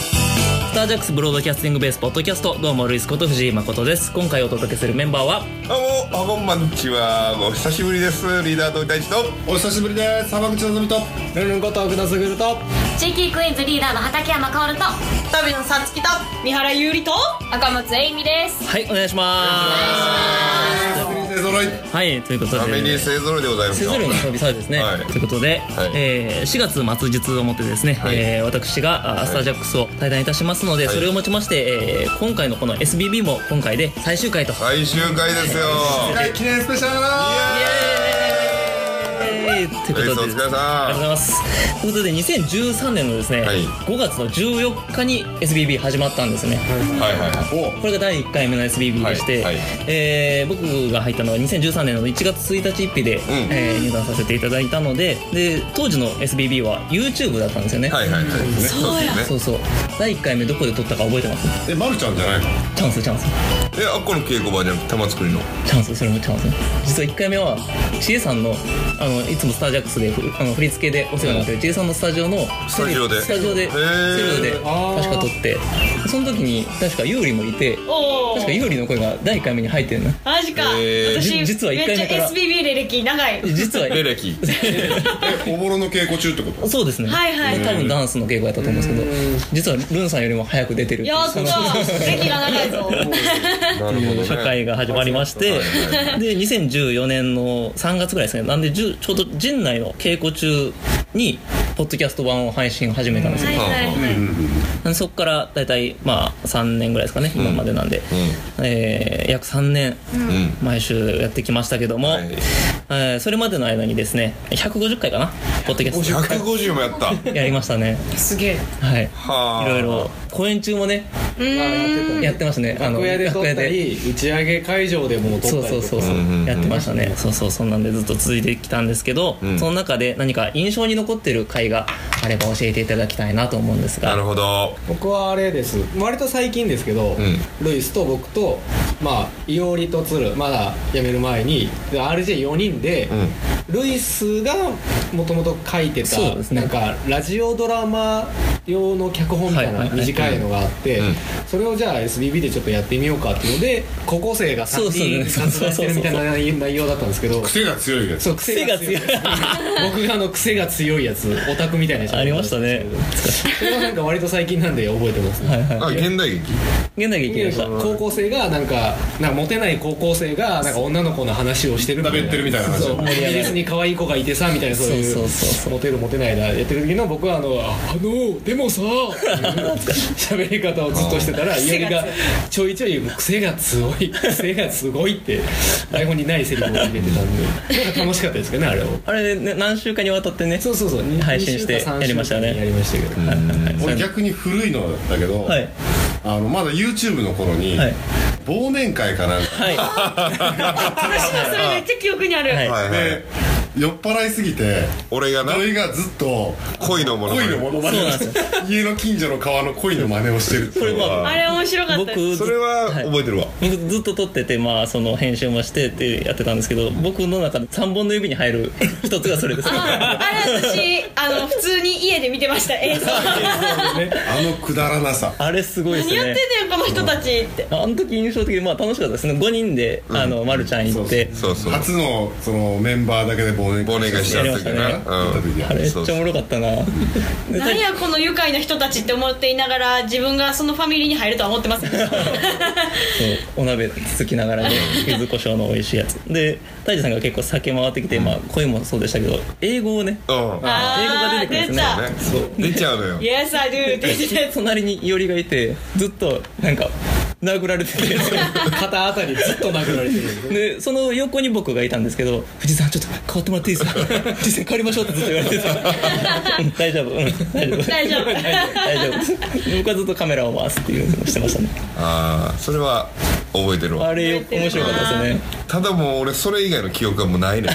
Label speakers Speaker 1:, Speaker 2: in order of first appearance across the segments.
Speaker 1: ージャックスブロードキャスティングベースポッドキャストどうもルイスこと藤井誠です今回お届けするメンバーは
Speaker 2: どうも、あこんばんちは。お久しぶりです。リーダーと大地と。
Speaker 3: お久しぶりです浜口のぞみと
Speaker 4: ルンルンこと奥田卓と
Speaker 5: JK クイーンズリーダーの畠山薫と
Speaker 6: タビのさつきと三原優里と
Speaker 5: 赤松えいみです
Speaker 1: はいお願いします
Speaker 3: ファミリー勢揃い
Speaker 1: はいということ
Speaker 2: フ
Speaker 1: で
Speaker 2: ァミリー勢ぞろいでございます
Speaker 1: せ
Speaker 2: よ。
Speaker 1: ずるの旅サーですね、
Speaker 2: はい
Speaker 1: ということで、
Speaker 2: はい
Speaker 1: えー4月末日をもってですね、
Speaker 2: はい
Speaker 1: えー私があースタージャックスを対談いたしますので、
Speaker 2: はい
Speaker 1: それをもちまして、えー今回のこの SBB も今回で最終回と、
Speaker 2: 最終回ですよ。
Speaker 3: 大記念スペシャルだ
Speaker 1: え
Speaker 2: イエーイル
Speaker 1: ーというこ
Speaker 2: イスお疲
Speaker 1: と
Speaker 2: れ
Speaker 1: でありがとうござ
Speaker 2: さ
Speaker 1: います。ということで、2013年のですね、
Speaker 2: はい
Speaker 1: 5月の14日に SBB 始まったんですね。
Speaker 2: ん。はいはいはい。
Speaker 3: お
Speaker 1: これが第1回目の SBB でして、
Speaker 2: はいはい
Speaker 1: えー僕が入ったのは2013年の1月1日1日で、えー入団させていただいたのでで当時の SBB は YouTube だったんですよね、
Speaker 2: はいはいはい。そうですね。
Speaker 1: そうそう第1回目どこで撮ったか覚えてます
Speaker 3: えまるちゃんじゃないの
Speaker 1: チャンスチャンス
Speaker 2: え、あっこの稽古場じゃなくて、玉作りの。
Speaker 1: チャンスそれもチャンス実は1回目は CA さんのあのいつもスタージャックスでふあの振り付けでお世話になってる CA さんのスタジオの
Speaker 2: スタジオで
Speaker 1: スタジオ
Speaker 2: へー
Speaker 1: でスタジオで確か撮ってその時に確かユーリもいて
Speaker 6: おお
Speaker 1: 確かユーリの声が第1回目に入ってるな
Speaker 6: マジか、
Speaker 2: えー
Speaker 6: 私
Speaker 1: じ実は一回目から
Speaker 6: めっちゃ SBB 履歴長い
Speaker 1: 実は
Speaker 2: レレキ。
Speaker 3: えおぼろの稽古中ってこと
Speaker 1: そうですね。
Speaker 6: はいはい
Speaker 1: 多分ダンスの稽古やったと思うんですけど、実はルンさんよりも早く出てるってい
Speaker 6: や
Speaker 1: う。
Speaker 6: っ
Speaker 1: そ
Speaker 6: た
Speaker 1: の
Speaker 6: 歴が長 いぞ
Speaker 2: なるほどね。
Speaker 1: 社会が始まりまして、で2014年の3月ぐらいですねなんでじゅちょうど陣内の稽古中にポッドキャスト版を配信始めたんですよ
Speaker 6: はいはいはい
Speaker 1: なんでそこから大体まあ3年ぐらいですかね今までなんで、えー約3年
Speaker 2: うん。
Speaker 1: 毎週やってきましたけども、
Speaker 2: はい
Speaker 1: えーそれまでの間にですね150回かなポッドキャスト
Speaker 2: 150もやった。
Speaker 1: やりましたね
Speaker 6: すげえ
Speaker 1: はい
Speaker 2: はあ。
Speaker 1: いろいろ公演中もね
Speaker 6: うーん
Speaker 1: やってましたねあの
Speaker 4: 楽屋で撮っ
Speaker 1: 楽
Speaker 4: たり打ち上げ会場でも撮ったり
Speaker 1: そ
Speaker 4: と
Speaker 1: う
Speaker 4: か
Speaker 1: そうそう
Speaker 4: う
Speaker 1: そう
Speaker 2: うんうんうん
Speaker 1: やってましたねそうそうそんなんでずっと続いてきたんですけど、
Speaker 2: うん
Speaker 1: その中で何か印象に残ってる回があれば教えていただきたいなと思うんですが
Speaker 2: なるほど。
Speaker 4: 僕はあれです割と最近ですけど、
Speaker 2: ん
Speaker 4: ルイスと僕とまあいおりとつるまだ辞める前に RJ4 人で、ルイスがもともと書いてた、
Speaker 1: そうですね
Speaker 4: なんかラジオドラマ用の脚本みたい
Speaker 1: はい
Speaker 4: な
Speaker 1: はいはい
Speaker 4: 短いのがあって、
Speaker 2: うん
Speaker 4: それをじゃあ SBB でちょっとやってみようかっていうので高校生が
Speaker 1: そう
Speaker 4: 3
Speaker 1: そう
Speaker 4: 人活動してるみたいな内容だったんですけど
Speaker 3: 癖が強いやつ
Speaker 4: そう癖が強い僕があの癖が強いやつオタクみたいなやつ
Speaker 1: ありましたね
Speaker 4: それはなんか割と最近なんで覚えてますね、
Speaker 1: はい
Speaker 2: あ、
Speaker 1: はい
Speaker 2: 現代劇。
Speaker 1: 現代劇でした
Speaker 4: 高校生がなんかなんかモテない高校生がなんか女の子の話をしてる
Speaker 3: 喋ってるみたいな話
Speaker 4: そうイギリスに可愛い子がいてさみたいなそういう
Speaker 1: そうそうそう
Speaker 4: モテるモテないだやってる時の僕はあの「あのでもさ」喋り方をずっとしてたらいおりがちょいちょい「癖が強い癖がすごい」って台本にないセリフを入れてたんでなんか楽しかったですけどねあれを
Speaker 1: あれ、ね、何週間にわたってね
Speaker 4: そうそうそう
Speaker 1: 配信して
Speaker 4: 二週か三週
Speaker 1: やりましたね
Speaker 4: やりましたけど
Speaker 1: はいはいはい
Speaker 3: 俺逆に古いのだけど、
Speaker 1: はい
Speaker 3: あのまだ YouTube の頃に、
Speaker 1: はい
Speaker 3: 忘年会かなんか
Speaker 1: はい
Speaker 6: 私もそれめっちゃ記憶にある、
Speaker 1: はい
Speaker 2: はいはい
Speaker 3: で。酔っ払いすぎて
Speaker 2: 俺がな、
Speaker 3: 俺がずっと
Speaker 2: 恋のもの。
Speaker 3: 恋のものまねを
Speaker 1: そうなん
Speaker 3: 家の近所の川の恋の真似をしてるっていうの
Speaker 1: これ
Speaker 3: は
Speaker 6: あれ面白かったです
Speaker 1: 僕
Speaker 2: それはい覚えてるわ。
Speaker 1: 僕ずっと撮ってて、まあ、その編集もしてってやってたんですけど僕の中で3本の指に入る一つがそれです
Speaker 6: ああれ私あの普通に家で見 てました映像
Speaker 3: あのくだらなさ
Speaker 1: あれすごいです
Speaker 6: 何
Speaker 1: ね
Speaker 6: やってんねんこの人たちって
Speaker 1: あの時印象的で、まあ、楽しかったですね5人で、あのま、るちゃん行って、
Speaker 2: そうそう。
Speaker 3: 初のそのメンバーだけで忘年
Speaker 2: 忘年会した
Speaker 1: やりま
Speaker 2: 時
Speaker 1: した
Speaker 2: な。
Speaker 1: ね
Speaker 2: うん。
Speaker 1: あれめっちゃ
Speaker 2: そう
Speaker 1: お
Speaker 2: そう
Speaker 1: もろかったなで
Speaker 6: 何やこの愉快な人たちって思っていながら自分がそのファミリーに入るとは 思ってませんでした
Speaker 1: そうお鍋つつきながらね柚子胡椒の美味しいやつで大地さんが結構酒回ってきて、まあ、恋もそうでしたけど英語をね
Speaker 2: うん。ね。
Speaker 6: あ
Speaker 1: 英語が出てくるんですね
Speaker 2: 出ちゃうのよ。
Speaker 6: 出た Yes I do って言ってたやつ
Speaker 1: 隣にいおりがいてずっとなんか殴られてて
Speaker 4: 肩あたりずっと殴られてるんで
Speaker 1: でその横に僕がいたんですけど「藤井さんちょっと変わってもらっていいですか藤井さん変わりましょう」ってずっと言われてたうん大丈夫、うん、 大丈夫
Speaker 6: 大丈夫
Speaker 1: 大丈夫僕はずっとカメラを回すっていうのをしてましたね
Speaker 2: ああ、それは覚えてるわ
Speaker 1: あ。れよ面白かったですね
Speaker 2: ただもう俺それ以外の記憶はもうないねん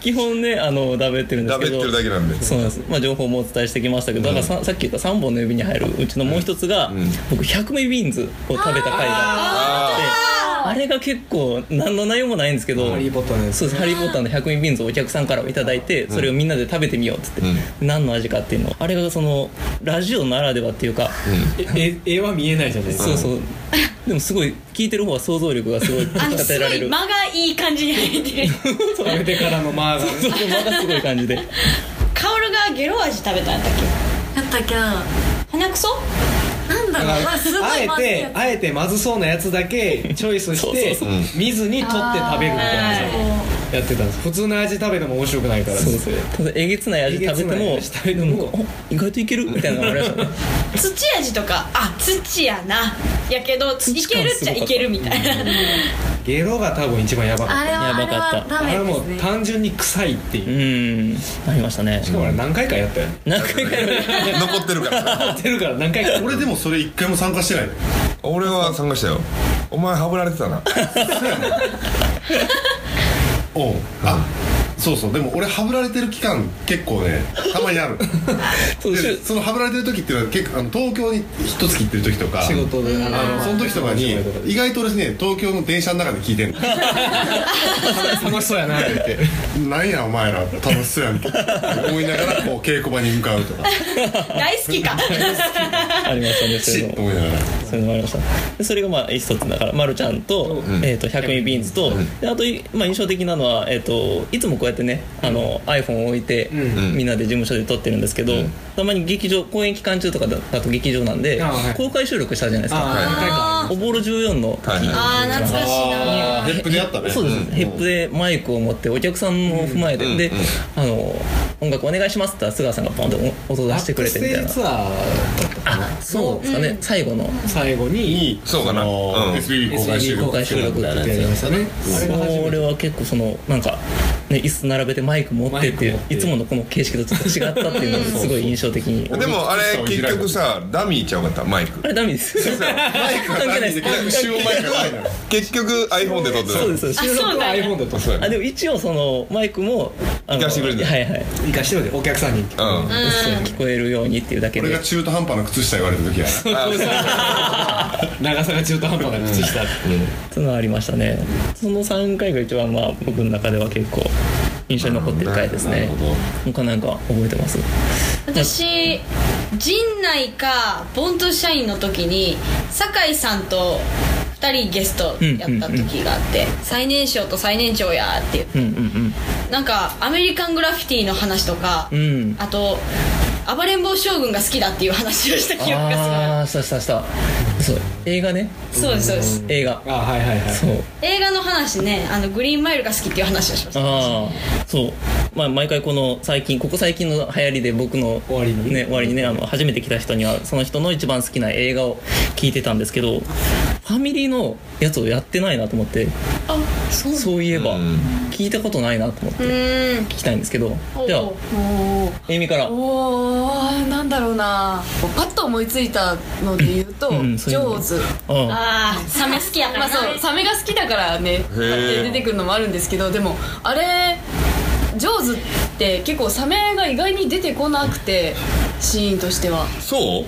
Speaker 1: 基本ねあのダブってるんです
Speaker 2: ダ
Speaker 1: け
Speaker 2: メっ
Speaker 1: ど
Speaker 2: てるだけなんで
Speaker 1: そうなんです、まあ、情報もお伝えしてきましたけどだからさ,、さっき言った3本の指に入るうちのもう一つが、僕100メビーンズを食べた回があってあれが結構何の内容もないんですけど
Speaker 4: ハリー・ポッターのやつ
Speaker 1: そうです「ハリー・ポッター」の100円瓶ズをお客さんからいただいてそれをみんなで食べてみようっつって、何の味かっていうのをあれがそのラジオならではっていうか、
Speaker 4: え絵は見えないじゃないですか
Speaker 1: そうそうでもすごい聞いてる方は想像力がす ごい
Speaker 6: あの
Speaker 1: 立
Speaker 6: す
Speaker 1: て
Speaker 6: ご
Speaker 1: られ
Speaker 6: い
Speaker 1: る
Speaker 6: 間がいい感じに入ってる
Speaker 4: 食べてからの間がね
Speaker 1: そうそうまたすごい感じで
Speaker 6: 薫がゲロ味食べたんやったっ
Speaker 5: やったっけな
Speaker 6: け鼻くそ
Speaker 5: なんだろう、まあ、すごい
Speaker 4: あえ
Speaker 5: まずい
Speaker 4: て
Speaker 5: やつ
Speaker 4: あえてまずそうなやつだけチョイスして
Speaker 1: そう
Speaker 4: 見ずに取って食べるみたいなやってたんです普通の味食べても面白くないから
Speaker 1: そうそうただえげつない味食べて
Speaker 4: え
Speaker 1: も
Speaker 4: げつない味食べても
Speaker 1: なんかお意外といけるみたいなのがありましたね
Speaker 6: 土味とかあ土やなやけど
Speaker 1: 土感
Speaker 6: いけるっちゃいけるみたいな
Speaker 4: ゲロが多分一番やばか
Speaker 5: あ
Speaker 4: っ
Speaker 5: れはあ
Speaker 1: やば
Speaker 5: れ
Speaker 1: かった
Speaker 5: はダ
Speaker 4: たあれ
Speaker 5: メ
Speaker 4: はも
Speaker 5: で
Speaker 4: う
Speaker 5: すね
Speaker 4: 単純に臭いっていう
Speaker 1: うーんありましたね
Speaker 4: しかもあれ何回かやったよ
Speaker 1: 何回かやる
Speaker 2: 残ってるから
Speaker 4: や ってるから何回か
Speaker 3: 俺でもそれ一回も参加してないの
Speaker 2: 俺は参加したよお前はぶられてたな
Speaker 3: おうあそうそうでも俺ハブられてる期間結構ねたまにある
Speaker 1: そう
Speaker 3: で
Speaker 1: し
Speaker 3: そのハブられてる時っていうのは結構あの東京に一月行ってる時とか
Speaker 4: 仕事であ
Speaker 3: あのその時とかに意外と俺ね東京の電車の中で聞いてんの
Speaker 4: 楽しそうやなって
Speaker 3: ってなんやお前ら楽しそうやんけって思いながらこう稽古場に向かうとか
Speaker 6: 大好き か
Speaker 1: ありましたねそう
Speaker 3: シ
Speaker 1: いう
Speaker 3: ッ
Speaker 1: の
Speaker 3: と
Speaker 1: も
Speaker 3: 思いながら
Speaker 1: そういうのもありましたでそれがまあ一つだからまるちゃんと,、えー、と100ミリビーンズと、であと、いまあ、印象的なのは、えー、といつもこうやってねあの iPhone を置いて、
Speaker 4: う
Speaker 1: みんなで事務所で撮ってるんですけど、たまに劇場公演期間中とかだと劇場なんで、
Speaker 4: あはい
Speaker 1: 公開収録したじゃないです
Speaker 4: あ
Speaker 1: か
Speaker 4: あ何回か
Speaker 1: 「おぼろ14」の時、
Speaker 2: はいは
Speaker 6: あー懐かしいな
Speaker 3: ヘップでやったね
Speaker 1: そうです、ヘップでマイクを持ってお客さんの踏まえて、で、あの「音楽お願いします」って言ったら菅さんがポンってお音出してくれてみたい
Speaker 4: バックステージ
Speaker 1: な
Speaker 4: ツアー
Speaker 1: あそうですかね、最後の
Speaker 4: 最後に
Speaker 2: そうかな
Speaker 3: あの
Speaker 2: うん
Speaker 3: SBB 公開収
Speaker 4: SBB
Speaker 1: 公
Speaker 3: 録
Speaker 1: 開収録だ
Speaker 4: ってやりましたねあれが初め
Speaker 1: 俺
Speaker 4: て
Speaker 1: は結構そのなんか、ね、椅子並べてマイク持ってってい
Speaker 4: マイク
Speaker 1: う
Speaker 4: 持って
Speaker 1: いつものこの形式とちょっと違ったっていうのがすごい印象的に
Speaker 2: でもあれ結局さダミーちゃうかったマイク
Speaker 1: あれダメですよ
Speaker 3: マイクが
Speaker 1: 関係ない
Speaker 3: で
Speaker 1: で
Speaker 3: きない
Speaker 1: す
Speaker 3: 収録マイクがないのよ
Speaker 2: 結局 iPhone で撮ってた
Speaker 1: そうです収
Speaker 6: あ
Speaker 1: 録
Speaker 6: そう
Speaker 4: 僕は
Speaker 6: なんや
Speaker 4: iPhone だと
Speaker 2: そうや
Speaker 1: あ
Speaker 2: ね
Speaker 1: でも一応そのマイクもあの
Speaker 2: 行かしてくれるんだ
Speaker 1: はいはい、
Speaker 4: 生かしてるでお客さんに
Speaker 2: うん
Speaker 1: 聞こえるようにっていうだけ
Speaker 3: 俺
Speaker 1: で
Speaker 3: が中途半端な靴下言われた時や
Speaker 2: あ
Speaker 4: 長さが中途半端な靴下って
Speaker 1: そういうのはありましたねその3回が一番まあ僕の中では結構印象に残ってる回ですね他なんか覚えてます
Speaker 6: 私陣内かボンド社員の時に酒井さんと2人ゲストやった時があって、最年少と最年長やーって言って
Speaker 1: うんうん
Speaker 6: なんかアメリカングラフィティの話とか、
Speaker 1: うんうん
Speaker 6: あと暴れん坊将軍が好きだっていう話をした記憶が
Speaker 1: ああしたしたしたそう映画ね
Speaker 6: するそうですそうです
Speaker 1: 映画
Speaker 4: あはいはいはい
Speaker 1: そう
Speaker 6: 映画の話ねあのグリーンマイルが好きっていう話をしました
Speaker 1: ああそうまあ毎回この最近ここ最近の流行りで僕の
Speaker 4: 終わりに
Speaker 1: ね終わりにねあの初めて来た人にはその人の一番好きな映画を聞いてたんですけどファミリーのやつをやってないなと思って
Speaker 6: あそう
Speaker 1: そういえば聞いたことないなと思って
Speaker 6: うーん
Speaker 1: 聞きたいんですけどじゃあ
Speaker 6: お
Speaker 7: おー
Speaker 1: エイミから
Speaker 7: おーなんだろうなパッと思いついたので言うと「
Speaker 1: うんそう
Speaker 7: ジ
Speaker 1: いうの
Speaker 7: ョーズ
Speaker 1: あ
Speaker 6: あーサメ好きやっ」た
Speaker 7: まあそうサメが好きだからね出てくるのもあるんですけどでもあれ「ジョーズ」って結構サメが意外に出てこなくてシーンとしては
Speaker 2: そう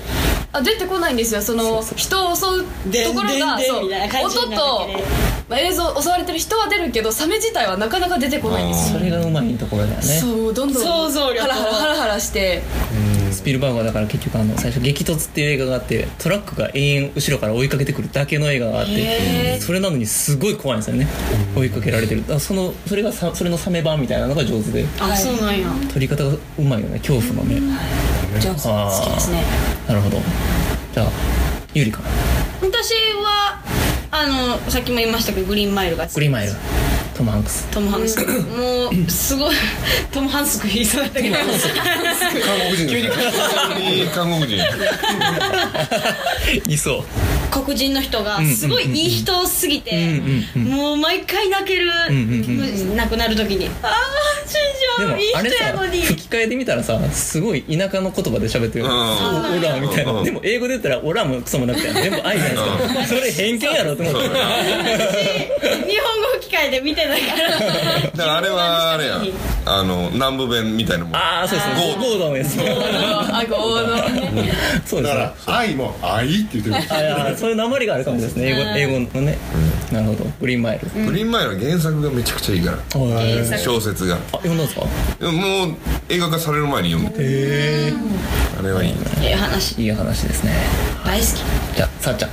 Speaker 7: あ出てこないんですよその人を襲う
Speaker 6: で
Speaker 7: ところが
Speaker 6: でで
Speaker 7: そう
Speaker 6: みたいな感じ
Speaker 7: 音
Speaker 6: になるわ
Speaker 7: と
Speaker 6: けね
Speaker 7: まあ映像襲われてる人は出るけどサメ自体はなかなか出てこないんです
Speaker 1: そ
Speaker 7: よ
Speaker 1: れがうまいところだよね
Speaker 7: そうどんどん
Speaker 6: 想像力
Speaker 7: ハラハラハラハラして
Speaker 1: スピルバーグはだから結局あの最初「激突」っていう映画があってトラックが延々後ろから追いかけてくるだけの映画があってそれなのにすごい怖いんですよね追いかけられてるだからそのそれがさそれのサメ版みたいなのが上手で
Speaker 6: あそうなんや
Speaker 1: 撮り方がうまいよね恐怖のね
Speaker 7: ジョーズ好きですね
Speaker 1: なるほどじゃあゆりか
Speaker 6: 私はあのさっきも言いましたけどグリーンマイルが好き
Speaker 1: グリーンマイルトム・ハンクス
Speaker 6: トム・ハンクスもうすごいトム・ハンクス食いそうだったけど
Speaker 3: 韓国人急に
Speaker 2: いい韓国人
Speaker 1: いそう
Speaker 6: 黒人の人がすごいいい人すぎて
Speaker 1: うんうん
Speaker 6: もう毎回泣ける
Speaker 1: んうん
Speaker 6: 亡くなる時に「ああ死んじゃ
Speaker 1: でも
Speaker 6: いい人
Speaker 1: あれ
Speaker 6: や
Speaker 1: さ
Speaker 6: のに
Speaker 1: 吹き替えで見たらさすごい田舎の言葉で喋ってる、
Speaker 2: うん
Speaker 1: オラみたいな、
Speaker 2: うん
Speaker 1: でも英語で言ったらオラもクソもなくて全部愛じゃないですか、それ偏見やろと思っ
Speaker 2: そう
Speaker 1: て
Speaker 2: だな
Speaker 6: 日本語吹き替えで見てないから
Speaker 2: だからあれはあれやんあの南部弁みたいなもん
Speaker 1: ああそうですね
Speaker 2: ゴー
Speaker 1: ゴードンです
Speaker 7: あこのね
Speaker 1: そうで
Speaker 3: だ
Speaker 1: す
Speaker 3: か
Speaker 1: ね
Speaker 3: ら 愛も愛って言ってる
Speaker 1: あいやそういう訛りがあるかもしれないですね英語英語のね、なるほどグリーンマイル、
Speaker 2: プリンマイルは原作がめちゃくちゃいいから
Speaker 1: あー
Speaker 2: 小説が
Speaker 1: あ読んだんですか
Speaker 2: でももう映画化される前に読んで
Speaker 1: へ
Speaker 2: あれはいい
Speaker 6: ええ話
Speaker 1: えいい話ですね
Speaker 6: 大好き
Speaker 1: じゃあさっちゃん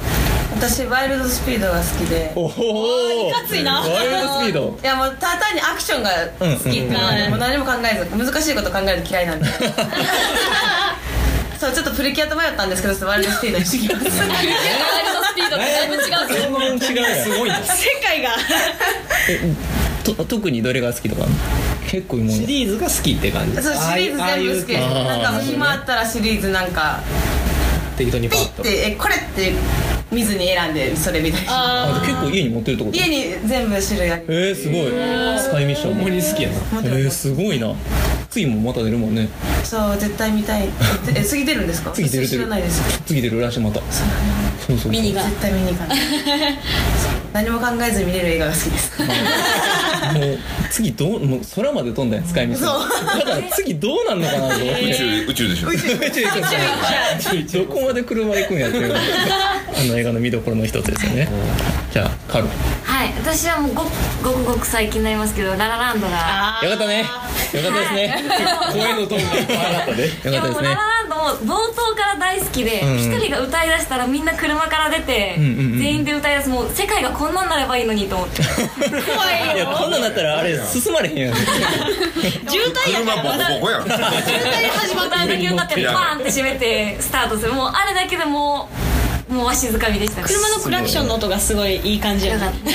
Speaker 8: 私ワイルドスピードが好きで
Speaker 1: おお
Speaker 6: いかついな
Speaker 1: ワイルドスピード
Speaker 8: いやもうただ単にアクションが好きっていうのは
Speaker 6: うんうん
Speaker 8: もう何も考えず難しいこと考えるの嫌いなんでそうちょっとプリキュアと迷ったんですけどちょっとワイルドスピードにしてきま
Speaker 7: ワ
Speaker 8: す
Speaker 7: イルドスピードってだいぶ違う
Speaker 1: そんなに違うやん
Speaker 4: すごいな
Speaker 6: 世界が
Speaker 1: と特にどれが好きとかあんの結構いいもん
Speaker 4: シリーズが好きって感じ
Speaker 8: そうシリーズ全部好きです
Speaker 1: ああいう
Speaker 8: なんかもう暇あったらシリーズなんか
Speaker 4: 適当にパ
Speaker 8: ピ
Speaker 4: ッ
Speaker 8: ッ
Speaker 4: と
Speaker 8: てえこれって見ずに選んでそれみたいな
Speaker 1: あ結構家に持ってるってこと
Speaker 8: 家に全部種類あり
Speaker 1: えー、すごい使い道だ
Speaker 4: ほんま
Speaker 1: ね
Speaker 4: に好きやな
Speaker 8: 持って
Speaker 1: え
Speaker 8: ます
Speaker 1: ー、すごいな次もまた出るもんね
Speaker 8: そう絶対見たいええ次出るんですか
Speaker 1: 次出る出
Speaker 8: 私知
Speaker 1: る
Speaker 8: らないです
Speaker 1: 次出るらしいまたそうそうそう
Speaker 6: ミニが
Speaker 8: 絶対見に行 かない何も考えず見れる映画が好きです
Speaker 1: もう次どうもう空まで飛んだよ使い道だから次どうなんのかなと思って
Speaker 2: 宇 宙宇宙でしょ
Speaker 1: 宇宙行くんですよどこまで車行くんやっていうのがあの映画の見どころの一つですよねじゃあカル
Speaker 5: はい私はもうごごくごく最近になりますけどララランドが
Speaker 1: よかったねよかったですね
Speaker 4: 声のトーンが変わったで
Speaker 5: い
Speaker 1: よ
Speaker 5: や
Speaker 1: かっ
Speaker 5: も
Speaker 1: たで
Speaker 5: う
Speaker 1: す
Speaker 5: ラ
Speaker 1: ね
Speaker 5: ラランドも冒頭から大好きで
Speaker 1: うん
Speaker 5: 一、人が歌いだしたらみんな車から出て、
Speaker 1: んうんうん
Speaker 5: 全員で歌いだすもう世界がこんなんなればいいのにと思って
Speaker 1: いやこんなんなったらあれ進まれへんやん
Speaker 6: 渋滞や
Speaker 2: 車
Speaker 6: か
Speaker 2: ボ
Speaker 6: らまだ
Speaker 2: コボコやん
Speaker 5: 始まっただけ歌ってバーンって閉めてスタートするもうあれだけでもうもうわしづかみでしたね
Speaker 6: 車のクラクションの音がすごいいい感じや
Speaker 5: よ
Speaker 6: な
Speaker 5: かった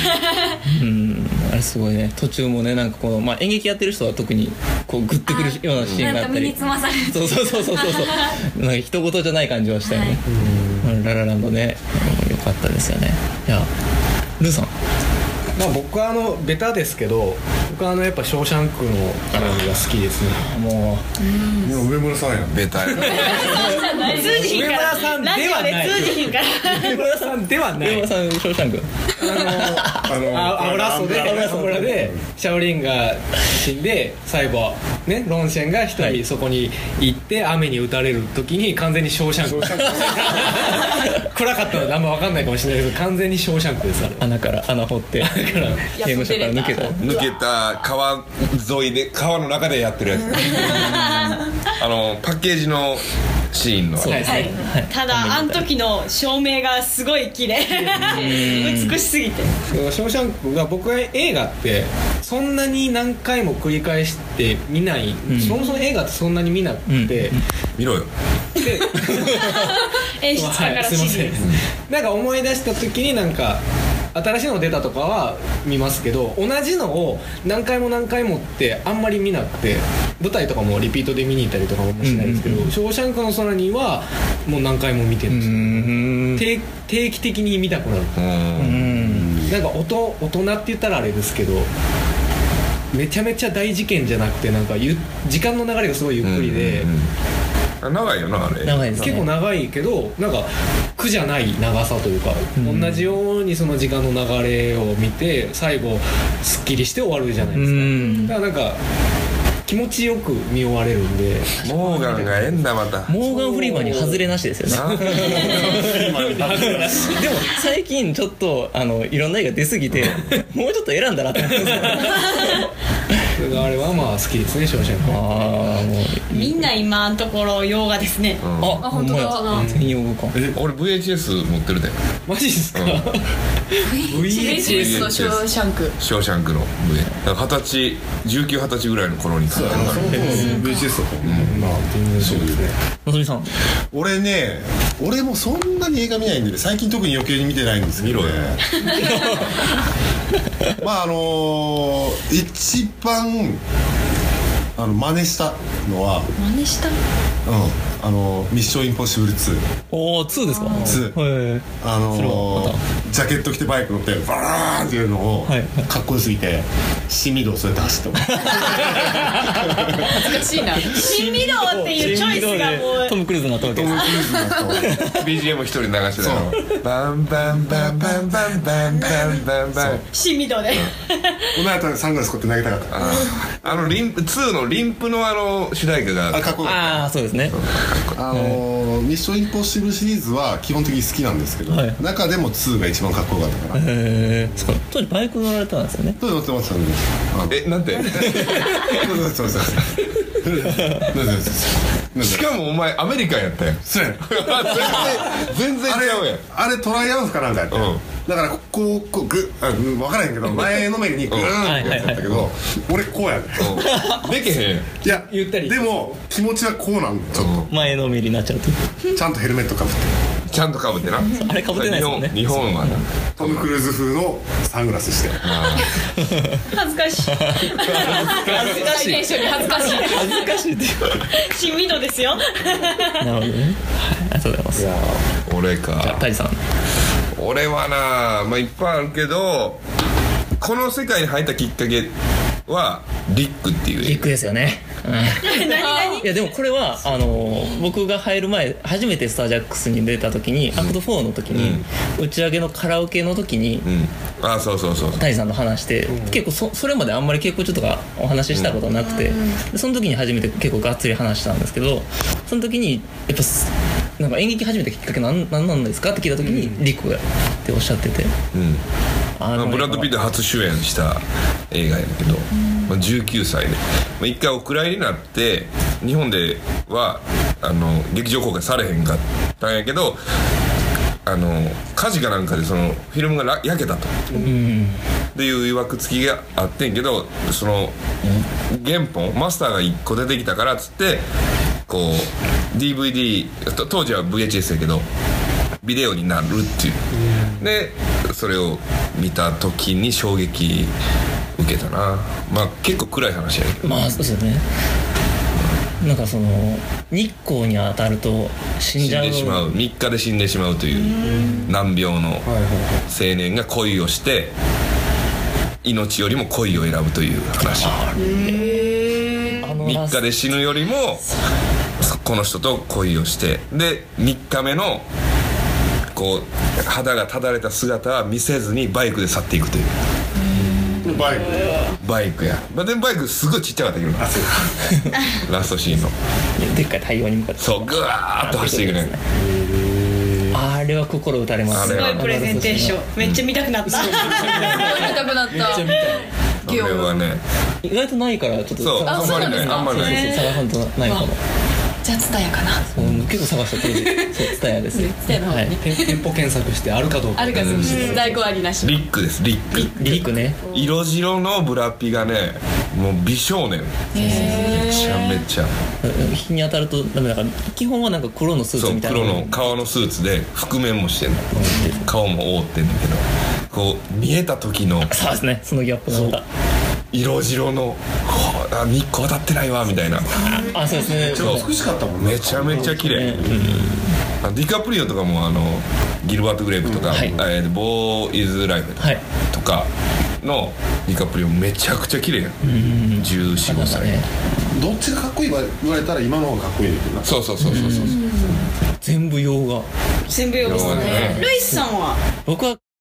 Speaker 1: うんあれすごいね途中もねなんかこの、まあ、演劇やってる人は特にこうグッとくるようなシーンが
Speaker 5: な
Speaker 1: あっ
Speaker 5: んか
Speaker 1: た
Speaker 5: 身
Speaker 1: り
Speaker 5: につまされて
Speaker 1: そうそうそうそうそうそうなんか人事じゃない感じはしたよね、うんララランドねよかったですよねいやルーさん
Speaker 4: まあ僕はあのベタですけど僕はあのやっぱ「ショーシャンクの絡みが好きですね
Speaker 1: も
Speaker 3: でも上村さんやん
Speaker 2: ベタや
Speaker 6: 通じひんか
Speaker 4: 上村さん
Speaker 6: ら
Speaker 4: で
Speaker 6: ラジ
Speaker 4: は
Speaker 6: オ
Speaker 4: ない
Speaker 6: で通じひんから
Speaker 4: 上村さんでは
Speaker 1: う
Speaker 4: な
Speaker 1: 上
Speaker 4: い
Speaker 1: 村さん「ショーシャンク」
Speaker 3: あの
Speaker 4: あアオラソで
Speaker 3: アオラ
Speaker 4: そこらでシャオリンが死んで最後ねロンシェンが一
Speaker 1: はい
Speaker 4: 人そこに行って雨に打たれる時に完全にショーシャンク 暗かったのであんま分かんないかもしれないけど完全にショーシャンクですあれ
Speaker 1: 穴から穴掘 って刑務所から抜けた
Speaker 2: 抜けた川沿いで川の中でやってるやつあのパッケージのシーンの
Speaker 1: そうですね、はい
Speaker 6: ただあの時の照明がすごい綺麗 美しすぎて
Speaker 4: ショーシャンクが僕は映画ってそんなに何回も繰り返して見ない、
Speaker 1: ん
Speaker 4: そもそも映画ってそんなに見なくて、
Speaker 1: うん
Speaker 2: 見ろよ
Speaker 6: 演出家から
Speaker 4: はい、す
Speaker 6: 指
Speaker 4: いません
Speaker 6: 示
Speaker 4: なんか思い出した時になんか新しいの出たとかは見ますけど同じのを何回も何回もってあんまり見なくて舞台とかもリピートで見に行ったりとかもしないですけど「
Speaker 1: うんうん
Speaker 4: ショーシャンクの空に」はもう何回も見てる
Speaker 1: うん
Speaker 4: ですよ
Speaker 1: ん
Speaker 4: 定定期的に見たくなる
Speaker 2: うん
Speaker 1: うん
Speaker 4: なんか大人大人って言ったらあれですけどめちゃめちゃ大事件じゃなくてなんかゆ時間の流れがすごいゆっくりで、
Speaker 2: うん長いよなあれ
Speaker 1: 長いですね
Speaker 4: 結構長いけどなんか苦じゃない長さというか、同じようにその時間の流れを見て最後すっきりして終わるじゃないうですか、
Speaker 1: ん
Speaker 4: だからなんか気持ちよく見終われるんで
Speaker 2: モーガンがええんだまた
Speaker 1: モーガン・フリーマンに外れなしですよね
Speaker 2: な
Speaker 1: でも最近ちょっとあのいろんな映画出過ぎ てもうちょっと選んだなって思います
Speaker 4: それがあれはまあ好きですね正直
Speaker 1: ああもう
Speaker 6: みんな今のところ洋画ですね
Speaker 1: あほんまや専用語か
Speaker 2: 俺 VHS 持ってるで
Speaker 4: マジですか、
Speaker 2: うん
Speaker 4: VHS
Speaker 7: のショーシャンク
Speaker 2: ショーシャンクの V だから二十歳19二十歳ぐらいの頃に買ったのかな
Speaker 3: VHS とかまあ全然そうですね
Speaker 1: のぞみさん
Speaker 3: 俺ね俺もそんなに映画見ないんでね最近特に余計に見てないんですけど、ね、 まああのー一番あの真似したのは
Speaker 6: 真似した
Speaker 3: うんあのミッションインポッシブル2」
Speaker 1: おお2ですか
Speaker 3: ツ
Speaker 1: ーはい
Speaker 3: あの
Speaker 1: それはま
Speaker 3: ージャケット着てバイク乗ってバーンっていうのを
Speaker 1: はい
Speaker 3: かっこよすぎてシミドをそうやって走っても
Speaker 7: 恥ずかしいな
Speaker 6: 新味道っていうチョイスがもう
Speaker 1: トム・クルーズになったわけ
Speaker 3: ト
Speaker 1: で
Speaker 3: ム・
Speaker 1: す
Speaker 3: クルーズのと
Speaker 2: BGM 一人流してたのバンバンバンバンバンバンバンバンバン
Speaker 6: 新味道で
Speaker 3: この後サングラスこうやって投げたかった
Speaker 2: あのリンプ2のリンプのあの主題歌が
Speaker 3: あかっこよかっ
Speaker 1: ああそうですね
Speaker 3: たあのーミッションインポッシブル」シリーズは基本的に好きなんですけど、
Speaker 1: はい
Speaker 3: 中でも2が一番かっこよかったから
Speaker 1: へえそう当時バイク乗られたんですよね
Speaker 3: どうぞどうぞどうぞあの
Speaker 2: えなんて
Speaker 3: どうぞどうぞどうぞどうぞどうぞどうぞどうぞどうぞ
Speaker 2: しかもお前アメリカンやったやん
Speaker 3: そうやね
Speaker 2: 全然全然
Speaker 3: あれ
Speaker 2: 違うやん
Speaker 3: あれトライアンフかなんかやったよ
Speaker 2: うん
Speaker 3: だからここうこうグッあうん分からへんけど前のめりにグーンってやつだったけど、俺こうやね
Speaker 2: うんでけへん
Speaker 3: いや
Speaker 4: ゆったり
Speaker 3: でも気持ちはこうなんだよちょっ
Speaker 1: 前のめりになっちゃうと
Speaker 3: とちゃんとヘルメットかぶって
Speaker 2: ちゃんとかぶってな
Speaker 1: あれ被ってないですもんね
Speaker 2: 日本日本はな
Speaker 3: トム・クルーズ風のサングラスして
Speaker 6: 恥ずかしい
Speaker 7: 恥ずかしいテンションに恥ずかしい
Speaker 1: 恥ずかしいっていう
Speaker 6: 新味道ですよ
Speaker 1: なるほどねはいありがとうございますじゃ
Speaker 2: 俺か
Speaker 1: あタイさん
Speaker 2: 俺はなまあいっぱいあるけどこの世界に入ったきっかけはリックっていう
Speaker 1: ビ
Speaker 2: 映
Speaker 1: ッグですよねうんいやでもこれはあの僕が入る前初めてスタージャックスに出た時に、アクト4の時に、打ち上げのカラオケの時に、
Speaker 2: 画うんあそうそうそうそう
Speaker 1: タイさんと話して、結構そそれまであんまり結構ちょっとかお話ししたことなくて、でその時に初めて結構がっつり話したんですけどその時にやっぱすなんか演劇始めたきっかけなんなんなんですかって聞いた時に、リコがっておっしゃってて、
Speaker 2: ん
Speaker 1: あ
Speaker 2: まあ
Speaker 1: の
Speaker 2: ブラッド・ピット初主演した映画やけど、まあ、19歳で、まあ、一回お蔵入りになって日本ではあの劇場公開されへんかったんやけどあの火事かなんかでそのフィルムがら焼けたと、っていういわくつきがあってんけどその原本マスターが1個出てきたからっつってこう DVD と当時は VHS やけどビデオになるっていうでそれを見た時に衝撃受けたなまあ結構暗い話やねんけど
Speaker 1: まあそうですよねなんかその日光に当たると死ん
Speaker 2: 死
Speaker 1: じ
Speaker 2: ん
Speaker 1: ゃう
Speaker 2: でしまう3日で死んでしまうという難病の 青年が恋をして命よりも恋を選ぶという話
Speaker 1: あの
Speaker 2: 3日で死ぬよりもこの人と恋をしてで3日目のこう肌がただれた姿は見せずにバイクで去っていくという
Speaker 3: でバイクで
Speaker 2: バイクや、まあ、でもバイクすごいちっちゃかったけどな ラストシーンの
Speaker 1: でっかい太陽に向かって
Speaker 2: そうグワーッと走っていくね
Speaker 1: あれは心打たれます
Speaker 2: あれは
Speaker 6: すごいプレゼンテーションめっちゃ見たくなった
Speaker 7: 痛くなった
Speaker 2: これはね
Speaker 1: 意外とないからちょっと
Speaker 2: そう
Speaker 1: 探
Speaker 2: あんまり
Speaker 7: そうなんで
Speaker 2: ね
Speaker 7: すか
Speaker 2: あんまりない
Speaker 1: そう探さんとないかも、
Speaker 7: じゃあ蔦屋かな
Speaker 1: うん、結構探した当時そうツタヤですね
Speaker 7: 蔦屋の方
Speaker 1: はい
Speaker 7: ね
Speaker 4: 店舗検索してあるかどうか
Speaker 7: あるかす在庫ありなし
Speaker 2: リックですリック
Speaker 1: リックね
Speaker 2: 色白のブラピがねもう美少年めちゃめちゃ
Speaker 1: 日に当たるとダメだから基本はなんか黒のスー
Speaker 2: そ
Speaker 1: ツ
Speaker 2: う
Speaker 1: みたいな
Speaker 2: 黒の革のスーツで覆面もしてんの顔も覆ってんだけどこう見えた時の
Speaker 1: そうですねそのギャップがまた
Speaker 2: 色白のこうあ日光当たってないわみたいな
Speaker 1: あそうですね
Speaker 2: そう
Speaker 3: 美しかったもんね
Speaker 2: めちゃめちゃ綺麗あディカプリオとかもあのギルバート・グレープとか
Speaker 1: はい
Speaker 2: 「えーボーイズ・ライフ
Speaker 1: はい」
Speaker 2: とかのディカプリオめちゃくちゃ綺麗やん1415
Speaker 1: なんか
Speaker 2: 歳
Speaker 1: ね
Speaker 3: どっちがかっこいいわ言われたら今の方がかっこいいよな
Speaker 2: そうそうそうそうそうそう
Speaker 1: 全部用が
Speaker 6: 全部用ですねルイスさんは
Speaker 1: 僕は